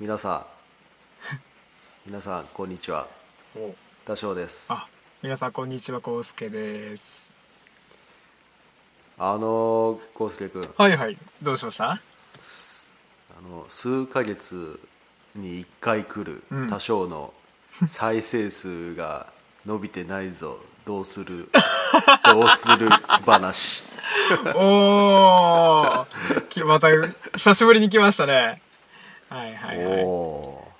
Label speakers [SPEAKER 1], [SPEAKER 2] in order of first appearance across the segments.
[SPEAKER 1] 皆さん 皆さんこんにちは
[SPEAKER 2] お
[SPEAKER 1] 多少です
[SPEAKER 2] あ皆さんこんにちはこうすけです
[SPEAKER 1] あのー浩介君あ
[SPEAKER 2] はいはいどうしました
[SPEAKER 1] の数ヶ月に1回来る
[SPEAKER 2] うん
[SPEAKER 1] 多少 の再生数が伸びてないぞどうするどうする話
[SPEAKER 2] おお きまた久しぶりに来ましたねはいはいはい
[SPEAKER 1] おお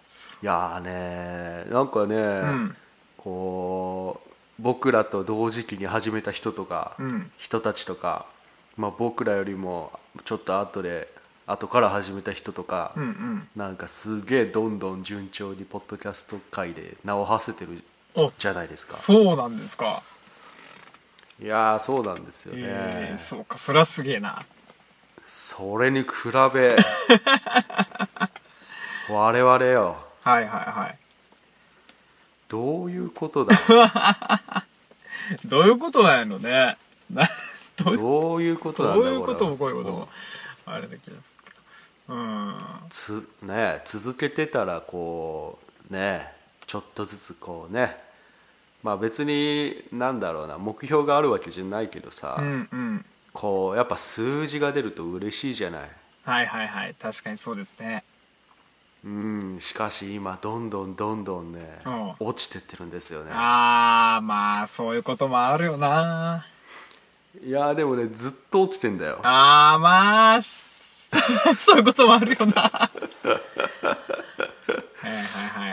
[SPEAKER 1] ーいやーねなんかね、
[SPEAKER 2] うん
[SPEAKER 1] こう僕らと同時期に始めた人とか、
[SPEAKER 2] うん
[SPEAKER 1] 人たちとか、まあ、僕らよりもちょっと後で後から始めた人とか、
[SPEAKER 2] うんうん
[SPEAKER 1] なんかすげえどんどん順調にポッドキャスト界で名を馳せてる
[SPEAKER 2] お
[SPEAKER 1] じゃないですか
[SPEAKER 2] そうなんですか
[SPEAKER 1] いやーそうなんですよね、
[SPEAKER 2] えー、そうかそりゃすげえな
[SPEAKER 1] それに比 べ我々よ
[SPEAKER 2] はいはいはい
[SPEAKER 1] どういうことだ
[SPEAKER 2] どういうことなんやろねな どういう
[SPEAKER 1] どういうことなん
[SPEAKER 2] ど
[SPEAKER 1] だ
[SPEAKER 2] ういうことも
[SPEAKER 1] こ
[SPEAKER 2] こう
[SPEAKER 1] れ
[SPEAKER 2] い
[SPEAKER 1] は
[SPEAKER 2] うこともあれだけどうん
[SPEAKER 1] つね続けてたらこうねちょっとずつこうねまあ別になんだろうな目標があるわけじゃないけどさ、
[SPEAKER 2] うんうん
[SPEAKER 1] こうやっぱ数字が出ると嬉しいじゃない
[SPEAKER 2] はいはいはい確かにそうですね
[SPEAKER 1] うんしかし今どんどんどんどんね
[SPEAKER 2] うん
[SPEAKER 1] 落ちてってるんですよね
[SPEAKER 2] ああまあそういうこともあるよない
[SPEAKER 1] やでもねずっと落ちてんだよ
[SPEAKER 2] ああまあし そういうこともあるよなはいは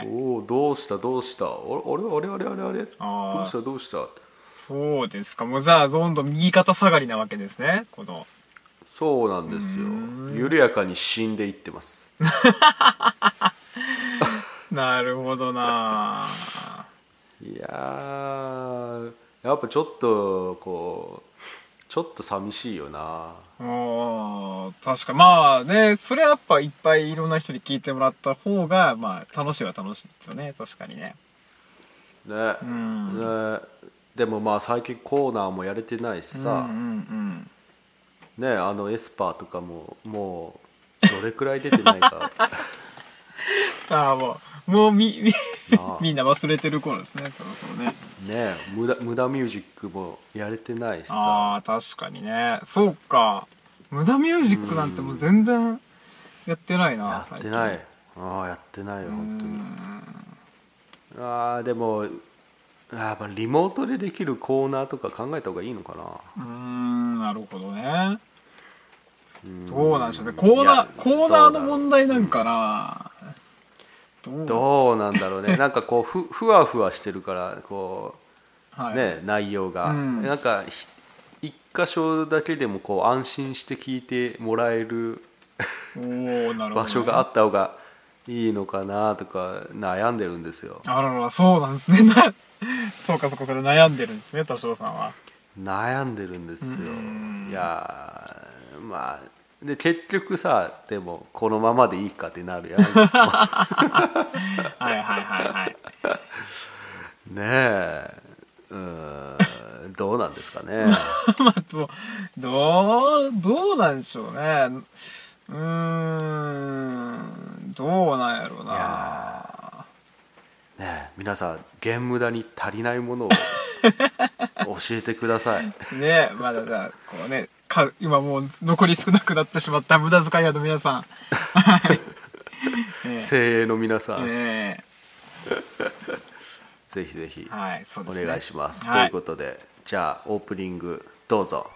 [SPEAKER 2] いはい
[SPEAKER 1] おおどうしたどうしたあれあれあれあれあれあれど
[SPEAKER 2] あー
[SPEAKER 1] うしたどうした
[SPEAKER 2] そうですかもうじゃあどんどん右肩下がりなわけですねこの
[SPEAKER 1] そうなんですよ緩やかに死んでいってます
[SPEAKER 2] なるほどない
[SPEAKER 1] やーやっぱちょっとこうちょっと寂しいよな
[SPEAKER 2] おー確かまあねそれはやっぱいっぱいいろんな人に聞いてもらった方がまあ楽しいは楽しいですよね確かにね
[SPEAKER 1] ね,、
[SPEAKER 2] ん
[SPEAKER 1] ねでもまあ最近コーナーもやれてないしさ
[SPEAKER 2] う、んうん
[SPEAKER 1] ねあのエスパーとかももうどれくらい出てない か
[SPEAKER 2] うんああもうもうみみ
[SPEAKER 1] あ
[SPEAKER 2] みんな忘れてる頃ですねそろそろね
[SPEAKER 1] ね無駄無駄ミュージックもやれてないしさ
[SPEAKER 2] ああ確かにねそうか無駄ミュージックなんてもう全然やってないな
[SPEAKER 1] やってないああやってないよ本当
[SPEAKER 2] う
[SPEAKER 1] に
[SPEAKER 2] ん
[SPEAKER 1] ああでもあーやっぱリモートでできるコーナーとか考えた方がいいのかな
[SPEAKER 2] うーんなるほどね
[SPEAKER 1] うん
[SPEAKER 2] どうなんでしょうねコーナ
[SPEAKER 1] いや
[SPEAKER 2] ーコーナ
[SPEAKER 1] ど
[SPEAKER 2] ーの
[SPEAKER 1] うだろう
[SPEAKER 2] 問題なんかなどう
[SPEAKER 1] どうなんだろうねなんかこうふふわふわしてるからこう、
[SPEAKER 2] はい、
[SPEAKER 1] ね、内容が、
[SPEAKER 2] うん
[SPEAKER 1] なんかひ一箇所だけでもこう安心して聞いてもらえる
[SPEAKER 2] おーなるほどね
[SPEAKER 1] 場所があった方がいいのかなとか悩んでるんですよ
[SPEAKER 2] あららそうなんですね なそうかそうかそれ悩んでるんですね多少さんは
[SPEAKER 1] 悩んでるんですよ、
[SPEAKER 2] うん
[SPEAKER 1] いやーまあで結局さでもこのままでいいかってなるやんね
[SPEAKER 2] はいはいはいはい
[SPEAKER 1] えうーんどうなんですかね
[SPEAKER 2] まあ、どう、どう、どうなんでしょうね。うーん、どうなんやろ
[SPEAKER 1] い
[SPEAKER 2] うな。
[SPEAKER 1] ねえ皆さんゲームだに足りないも のを教えてください
[SPEAKER 2] ね、まだじゃあ、こうね、か今もう残り少なくなってしまった無駄遣い屋の皆さ ん。ね
[SPEAKER 1] 精鋭の皆さん、
[SPEAKER 2] ね
[SPEAKER 1] ぜひぜひ
[SPEAKER 2] はい、そう
[SPEAKER 1] お
[SPEAKER 2] ですね。
[SPEAKER 1] 願いします、
[SPEAKER 2] はい
[SPEAKER 1] ということでじゃあオープニングどうぞ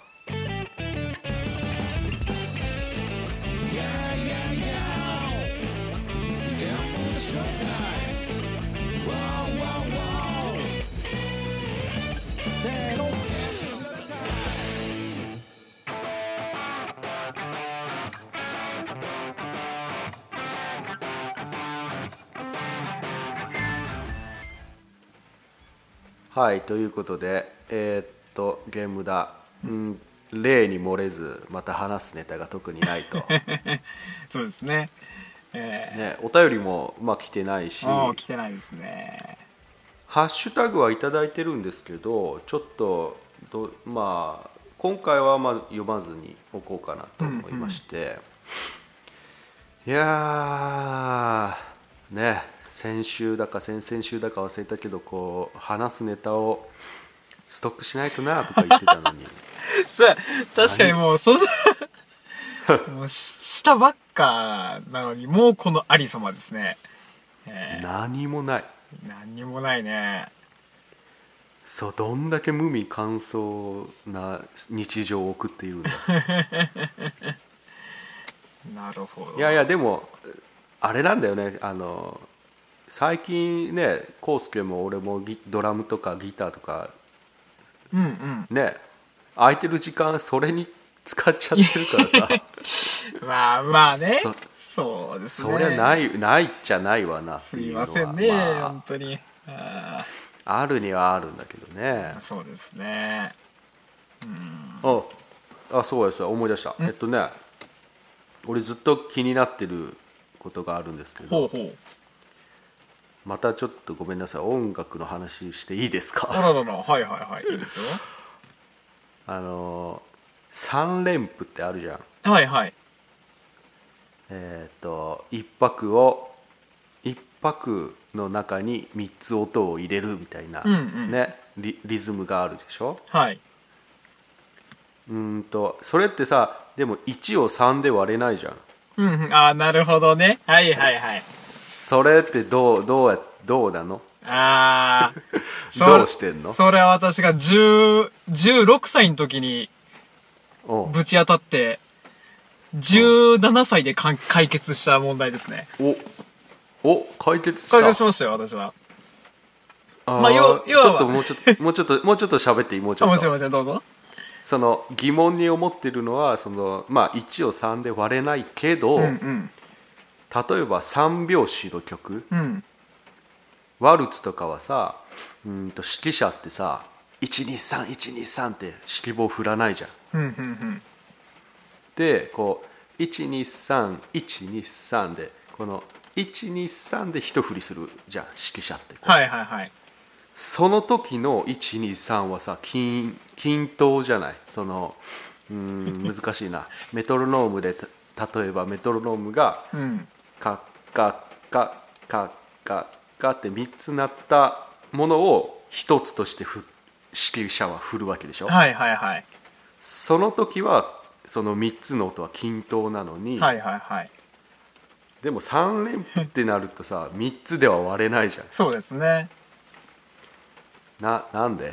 [SPEAKER 1] はいということでえーっとゲームだうん例に漏れずまた話すネタが特にない と、
[SPEAKER 2] そうですね。
[SPEAKER 1] ね、
[SPEAKER 2] え
[SPEAKER 1] お便りもまあ来てないし
[SPEAKER 2] ー、もう来てないで すね。
[SPEAKER 1] ハッシュタグはいただいてるんですけどちょっとどまあ今回はまあ読まずにおこうかなと思いまして、いやーね先週だか先々週だか忘れたけどこう話すネタをストックしないとなとか言ってたのに
[SPEAKER 2] さ確かにもうそんなもうししたばっかなのにもうこのありさまですね、え
[SPEAKER 1] 何もない
[SPEAKER 2] ー何にもないね
[SPEAKER 1] そうどんだけ無味乾燥な日常を送っているんだ
[SPEAKER 2] なるほど
[SPEAKER 1] いやいやでもあれなんだよねあの最近ねコウスケも俺もギドラムとかギターとか
[SPEAKER 2] うんうん
[SPEAKER 1] ね空いてる時間それに使っちゃってるからさ
[SPEAKER 2] まあまあね
[SPEAKER 1] そ
[SPEAKER 2] そうです ね
[SPEAKER 1] そりゃないないじゃないわなって
[SPEAKER 2] す
[SPEAKER 1] い
[SPEAKER 2] いう
[SPEAKER 1] のは
[SPEAKER 2] ませんね、
[SPEAKER 1] ま
[SPEAKER 2] 本当にあ
[SPEAKER 1] あ、あるにはあるんだけどね
[SPEAKER 2] ーそうですね
[SPEAKER 1] ああそうやそうや思い出したえっとね俺ずっと気になってることがあるんですけ
[SPEAKER 2] ほう
[SPEAKER 1] ど
[SPEAKER 2] ほう
[SPEAKER 1] またちょっとごめんなさい音楽の話していいです か
[SPEAKER 2] あ
[SPEAKER 1] ら
[SPEAKER 2] ららはいはいはいいいですよ
[SPEAKER 1] あの3連符ってあるじゃん
[SPEAKER 2] はいはい
[SPEAKER 1] えーっと1拍を1拍の中に3つ音を入れるみたいな、
[SPEAKER 2] うんうん
[SPEAKER 1] ね、リリズムがあるでしょ
[SPEAKER 2] はい、
[SPEAKER 1] うーんとそれってさでも1を3で割れないじゃん
[SPEAKER 2] うんうん、ああなるほどねはいはいはい
[SPEAKER 1] それってどうどうやどうなの
[SPEAKER 2] ああ
[SPEAKER 1] どうしてんの
[SPEAKER 2] それは私が10 16歳の時に
[SPEAKER 1] お
[SPEAKER 2] ぶち当たって17歳でかん解決した問題ですね
[SPEAKER 1] おお解決した
[SPEAKER 2] 解決しましたよ私は
[SPEAKER 1] あー
[SPEAKER 2] まあ要
[SPEAKER 1] ち
[SPEAKER 2] 要は
[SPEAKER 1] ょっともうちょっともうちょっともうちょっと喋っていいもうち
[SPEAKER 2] あ
[SPEAKER 1] ょ
[SPEAKER 2] も
[SPEAKER 1] っ
[SPEAKER 2] ちろん
[SPEAKER 1] と
[SPEAKER 2] もちろんどうぞ
[SPEAKER 1] その疑問に思ってるのはその、まあ、1を3で割れないけど、
[SPEAKER 2] うんう
[SPEAKER 1] 例え
[SPEAKER 2] ん
[SPEAKER 1] ば3拍子の曲
[SPEAKER 2] うん
[SPEAKER 1] ワルツとかはさうーんと指揮者ってさ123123って指揮棒振らないじゃん
[SPEAKER 2] うんうんうん
[SPEAKER 1] でこう123123でこの123で一振りするじゃん指揮者って
[SPEAKER 2] はいはいはい
[SPEAKER 1] その時の123はさ均均等じゃないそのうーん難しいな メトロノームでた例えばメトロノームが
[SPEAKER 2] うん
[SPEAKER 1] カッカッカッカッカッカッって3つ鳴ったものを1つとしてふ指揮者は振るわけでしょ、
[SPEAKER 2] はいはいはい
[SPEAKER 1] その時はその3つの音は均等なのに、
[SPEAKER 2] はいはいはい
[SPEAKER 1] でも3連符ってなるとさ3つでは割れないじゃん
[SPEAKER 2] そうですね
[SPEAKER 1] ななん で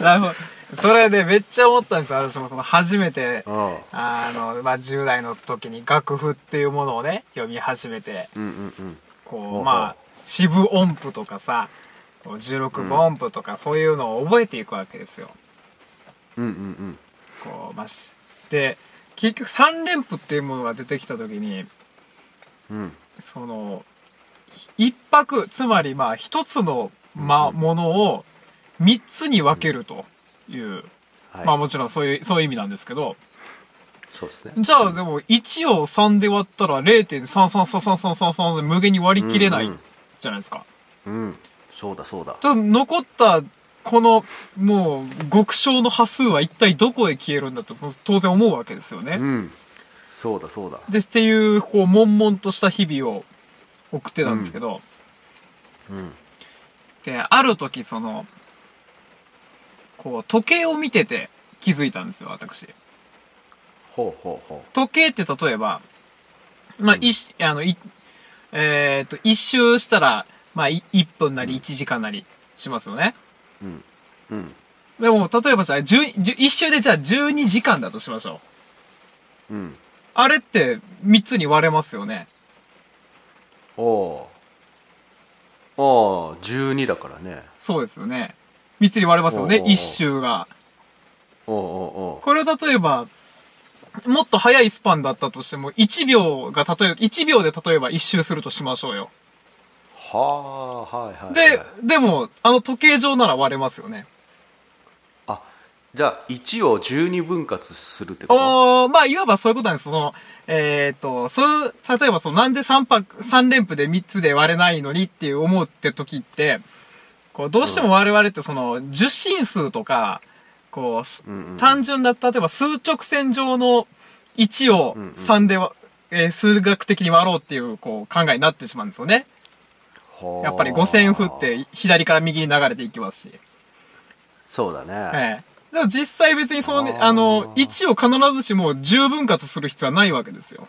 [SPEAKER 2] なるほどそれでめっちゃ思ったんですよ私もその初めて
[SPEAKER 1] うんうん
[SPEAKER 2] あの、まあ、10代の時に楽譜っていうものをね読み始めて
[SPEAKER 1] うんうん
[SPEAKER 2] こ
[SPEAKER 1] う
[SPEAKER 2] う
[SPEAKER 1] ほう
[SPEAKER 2] まあ四分音符とかさこう16分音符とかそういうのを覚えていくわけですよ。
[SPEAKER 1] うんうん
[SPEAKER 2] こうまあ、しで結局3連符っていうものが出てきた時に
[SPEAKER 1] うんうん
[SPEAKER 2] その1拍つまりまあ1つの、まあ、ものを3つに分けるという、
[SPEAKER 1] はい、
[SPEAKER 2] まあもちろんそういうそういう意味なんですけど
[SPEAKER 1] そうですね
[SPEAKER 2] じゃあでも1を3で割ったら0.333333で無限に割り切れないじゃないですか。
[SPEAKER 1] うんそうだそうだ
[SPEAKER 2] と残ったこのもう極小の波数は一体どこへ消えるんだと当然思うわけですよね
[SPEAKER 1] う。んそうだそうだ
[SPEAKER 2] でっていうこう悶々とした日々を送ってたんですけど、
[SPEAKER 1] うん
[SPEAKER 2] である時そのこう時計を見てて気づいたんですよ私。
[SPEAKER 1] ほうほうほ
[SPEAKER 2] 時計って例えばまあ、いしあのいえっと一周したら、まあ、い1分なり1時間なりしますよね。
[SPEAKER 1] ううんうん
[SPEAKER 2] でも、例えばさ、10 10一周でじゃあ12時間だとしましょう。
[SPEAKER 1] うん
[SPEAKER 2] あれって3つに割れますよね。
[SPEAKER 1] おおお12だからね
[SPEAKER 2] そうですよね。3つに割れますよね
[SPEAKER 1] お、うおう
[SPEAKER 2] 一周が。
[SPEAKER 1] おうお
[SPEAKER 2] これを例えば、もっと早いスパンだったとしても、1秒が例えば、1秒で例えば一周するとしましょうよ。
[SPEAKER 1] うおうはあはいはい、はい、
[SPEAKER 2] で、でも、あの時計上なら割れますよね。
[SPEAKER 1] あじゃあ1を12分割するってこと
[SPEAKER 2] おー、まあ、いわばそういうことなんです。その、えっ、と、そう、例えばその、なんで3泊、三連符で3つで割れないのにっていう思うって時って、こう、どうしても我々ってその、受信数とか、こうす
[SPEAKER 1] うんうん、
[SPEAKER 2] 単純な、例えば数直線上の1を3でわ、えー数学的に割ろうっていう、こう、考えになってしまうんですよね。やっぱり5000振って、左から右に流れていきますし。
[SPEAKER 1] そうだね、
[SPEAKER 2] ええ。でも実際別にそのね、
[SPEAKER 1] あー
[SPEAKER 2] あの、1を必ずしも10分割する必要はないわけですよ。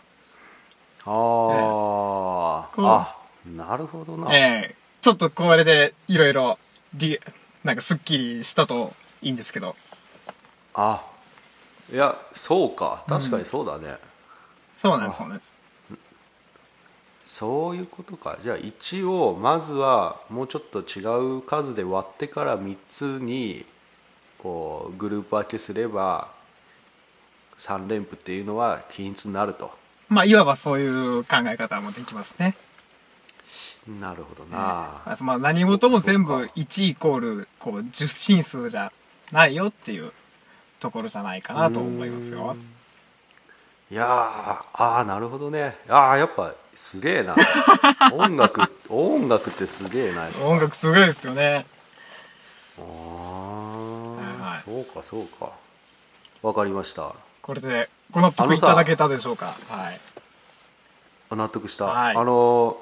[SPEAKER 1] あ
[SPEAKER 2] ええ
[SPEAKER 1] ー、あなるほどな、
[SPEAKER 2] ええ。ちょっとこれで、いろいろ、りなんかスッキリしたといいんですけど。
[SPEAKER 1] あいやそうか確かにそうだね、
[SPEAKER 2] そうなんです、そうなんです。
[SPEAKER 1] そういうことかじゃあ1をまずはもうちょっと違う数で割ってから3つにこうグループ分けすれば3連符っていうのは均一になると
[SPEAKER 2] まあ、いわばそういう考え方もできますね。
[SPEAKER 1] なるほど
[SPEAKER 2] ま
[SPEAKER 1] な、
[SPEAKER 2] あまあ、何事も全
[SPEAKER 1] そう
[SPEAKER 2] 部
[SPEAKER 1] か
[SPEAKER 2] 1イコール、こう、10進数じゃないよっていうところじゃないかなと思いますよ。
[SPEAKER 1] いやーあーなるほどねああやっぱすげえ な音楽音楽ってすげえな
[SPEAKER 2] 音楽すごいですよね。
[SPEAKER 1] あ
[SPEAKER 2] はい
[SPEAKER 1] あそうかそうかわかりました
[SPEAKER 2] これで、ご納得いただけたでしょうか。はい。
[SPEAKER 1] あ納得した、
[SPEAKER 2] はい
[SPEAKER 1] あの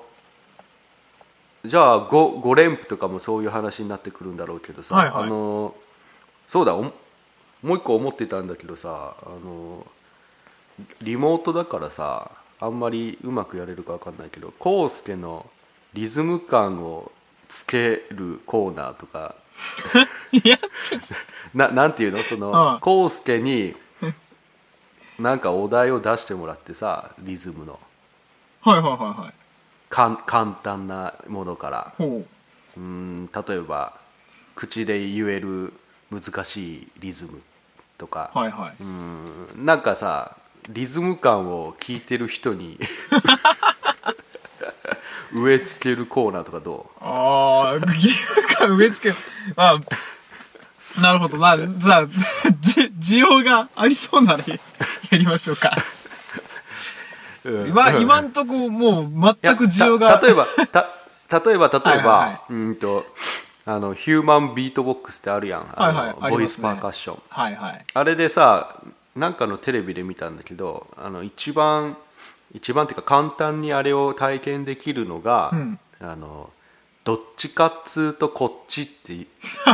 [SPEAKER 1] じゃあ 5, 5連符とかもそういう話になってくるんだろうけどさ、
[SPEAKER 2] はいはい
[SPEAKER 1] あのそうだおもう一個思ってたんだけどさあのリモートだからさあんまりうまくやれるか分かんないけどコウスケのリズム感をつけるコーナーとか
[SPEAKER 2] いや、
[SPEAKER 1] ななんていうのそ
[SPEAKER 2] うん
[SPEAKER 1] のコウスケになんかお題を出してもらってさリズムの。
[SPEAKER 2] はいはいはいはい。
[SPEAKER 1] かん簡単なものから
[SPEAKER 2] ほう。
[SPEAKER 1] うーん例えば口で言える難しいリズムとか、
[SPEAKER 2] はいは
[SPEAKER 1] うー
[SPEAKER 2] い。
[SPEAKER 1] んなんかさリズム感を聞いてる人に 植え付けるコーナーとかど
[SPEAKER 2] ああ、義務感植え付け、 あなるほど。まあ、じゃあ、 じ需要があり そうならやりましょうか。
[SPEAKER 1] う、うん
[SPEAKER 2] 今、今んとこもう
[SPEAKER 1] いや
[SPEAKER 2] 全く需要が。
[SPEAKER 1] た例えばた例えば例えば
[SPEAKER 2] はいはいは
[SPEAKER 1] うーんとあのヒューマンビートボックスってあるやんあの、
[SPEAKER 2] はいはいありますね
[SPEAKER 1] ボイスパーカッション
[SPEAKER 2] はいはい。
[SPEAKER 1] あれでさなんかのテレビで見たんだけどあの一番一番っていうか簡単にあれを体験できるのが、
[SPEAKER 2] ん
[SPEAKER 1] あのどっちかっつうとこっちっていう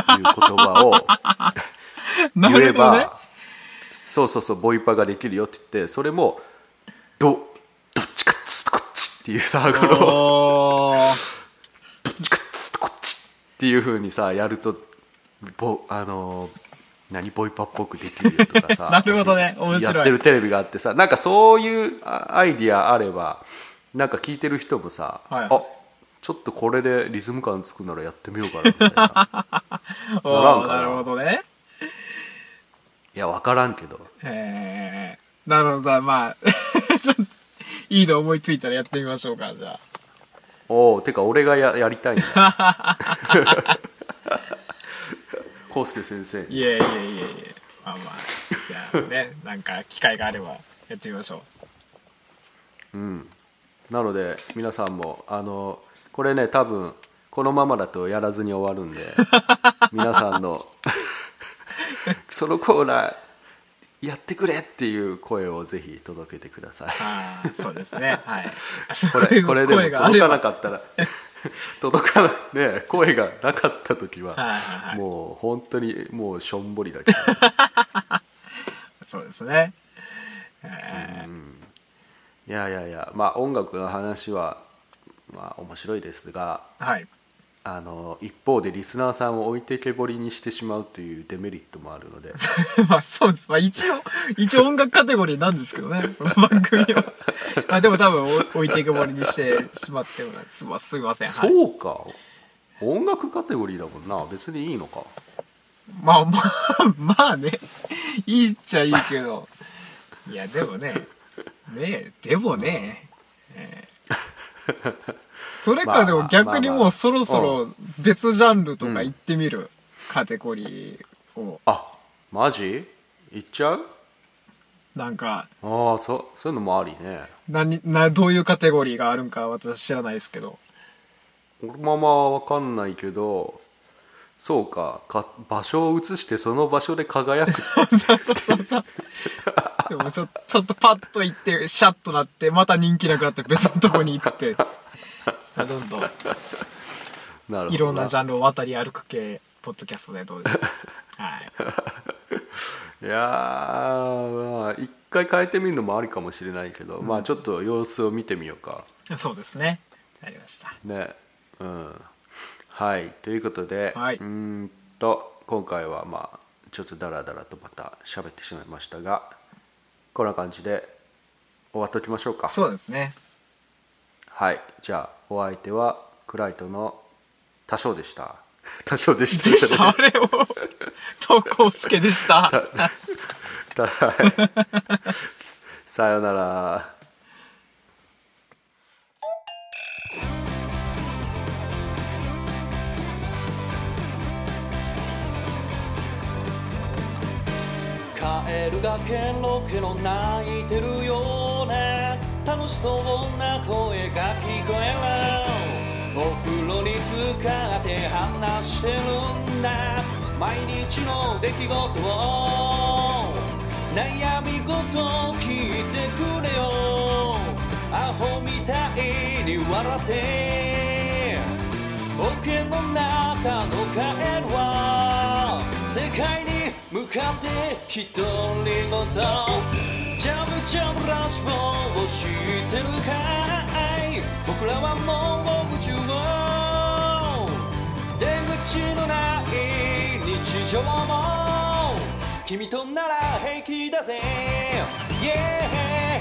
[SPEAKER 1] 言葉を
[SPEAKER 2] な
[SPEAKER 1] 言え
[SPEAKER 2] るほど
[SPEAKER 1] ば、
[SPEAKER 2] ね。
[SPEAKER 1] そうそうそうボイパができるよって言ってそれもどどっちかっつうとこっちっていうさこのどっ
[SPEAKER 2] おー
[SPEAKER 1] ちかっつうとこっちっていうふうにさやるとぼあの何ボイパっぽくできるよとかさ
[SPEAKER 2] なるほどね。面
[SPEAKER 1] や
[SPEAKER 2] 白
[SPEAKER 1] って
[SPEAKER 2] い。
[SPEAKER 1] るテレビがあってさなんかそういうあアイディアあればなんか聞いてる人もさ、
[SPEAKER 2] はい
[SPEAKER 1] あちょっとこれでリズム感つくならやってみようかなみたい な
[SPEAKER 2] お
[SPEAKER 1] ならんか
[SPEAKER 2] ー
[SPEAKER 1] な
[SPEAKER 2] なるほどね。
[SPEAKER 1] いや分からんけど
[SPEAKER 2] えー、なるほど。まあ、 ちょっといいの思いついたらやってみましょうか、じゃあ。
[SPEAKER 1] おおてか俺がややりたいんだ コウスケ先生
[SPEAKER 2] いえいえいえいえまあまあじゃ あねなんか機会があればやってみましょ
[SPEAKER 1] なので皆さんもあのこれね多分このままだとやらずに終わ るんで皆さんの そのコーナーやってくれっていう声をぜひ届けてくださいう
[SPEAKER 2] ああそうですねはい
[SPEAKER 1] これこれでも
[SPEAKER 2] 声があ
[SPEAKER 1] 届
[SPEAKER 2] れ
[SPEAKER 1] か
[SPEAKER 2] ば
[SPEAKER 1] なかったら届かないね声がなかった時は、
[SPEAKER 2] はいはいはい
[SPEAKER 1] もう本当にもうしょんぼりだけど
[SPEAKER 2] そうですね
[SPEAKER 1] いやいやいやまあ音楽の話はまあ面白いですが
[SPEAKER 2] はい
[SPEAKER 1] あの一方でリスナーさんを置いてけぼりにしてしまうというデメリットもあるの で
[SPEAKER 2] まあそうですまあ一応一応音楽カテゴリーなんですけどねこの番組 はまあでも多分お置いていくぼりにしてしまってもらすまあすみませんはい
[SPEAKER 1] そうか音楽カテゴリーだもんな別にいいのか
[SPEAKER 2] まあまあ まあねいいっちゃいいけどいやでもねねえでもね、ええそれかでも逆に
[SPEAKER 1] まあまあまあま
[SPEAKER 2] も
[SPEAKER 1] あ
[SPEAKER 2] うそろそろ別ジャンルとか行ってみるカテゴリーを
[SPEAKER 1] あマジ行っちゃう
[SPEAKER 2] なんか
[SPEAKER 1] ああそそういうのもありね
[SPEAKER 2] 何などういうカテゴリーがあるんか私知らないですけど
[SPEAKER 1] 俺もまあわかんないけどそうかか場所を移してその場所で輝 く
[SPEAKER 2] でもちょ ちょっとパッと行ってシャッとなってまた人気なくなって別のとこに行 くってどんどん
[SPEAKER 1] なるほど
[SPEAKER 2] いろんなジャンルを渡り歩く系ポッドキャストでどうでしょうはい
[SPEAKER 1] いやーまあ一回変えてみるのもありかもしれないけど、まあちょっと様子を見てみようか
[SPEAKER 2] そうですねやりました
[SPEAKER 1] ねうんはいということで、
[SPEAKER 2] はいう
[SPEAKER 1] ーんと今回はまあちょっとダラダラとまた喋ってしまいましたがこんな感じで終わっときましょうか
[SPEAKER 2] そうですね
[SPEAKER 1] はいじゃあお相手はクライトの多少でした 多少でした
[SPEAKER 2] でしたあれを投稿助でした
[SPEAKER 1] た はいささよなら
[SPEAKER 3] カエルがケンロケの泣いてるよね楽しそうな声が聞こえるお風呂に浸かって話してるんだ毎日の出来事を悩み事を聞いてくれよアホみたいに笑って桶の中のカエルは世界に向かって独り言ジャブジャブラッシュをしてるかい僕らはもう宇宙を出口のない日常も君となら平気だぜ Yeah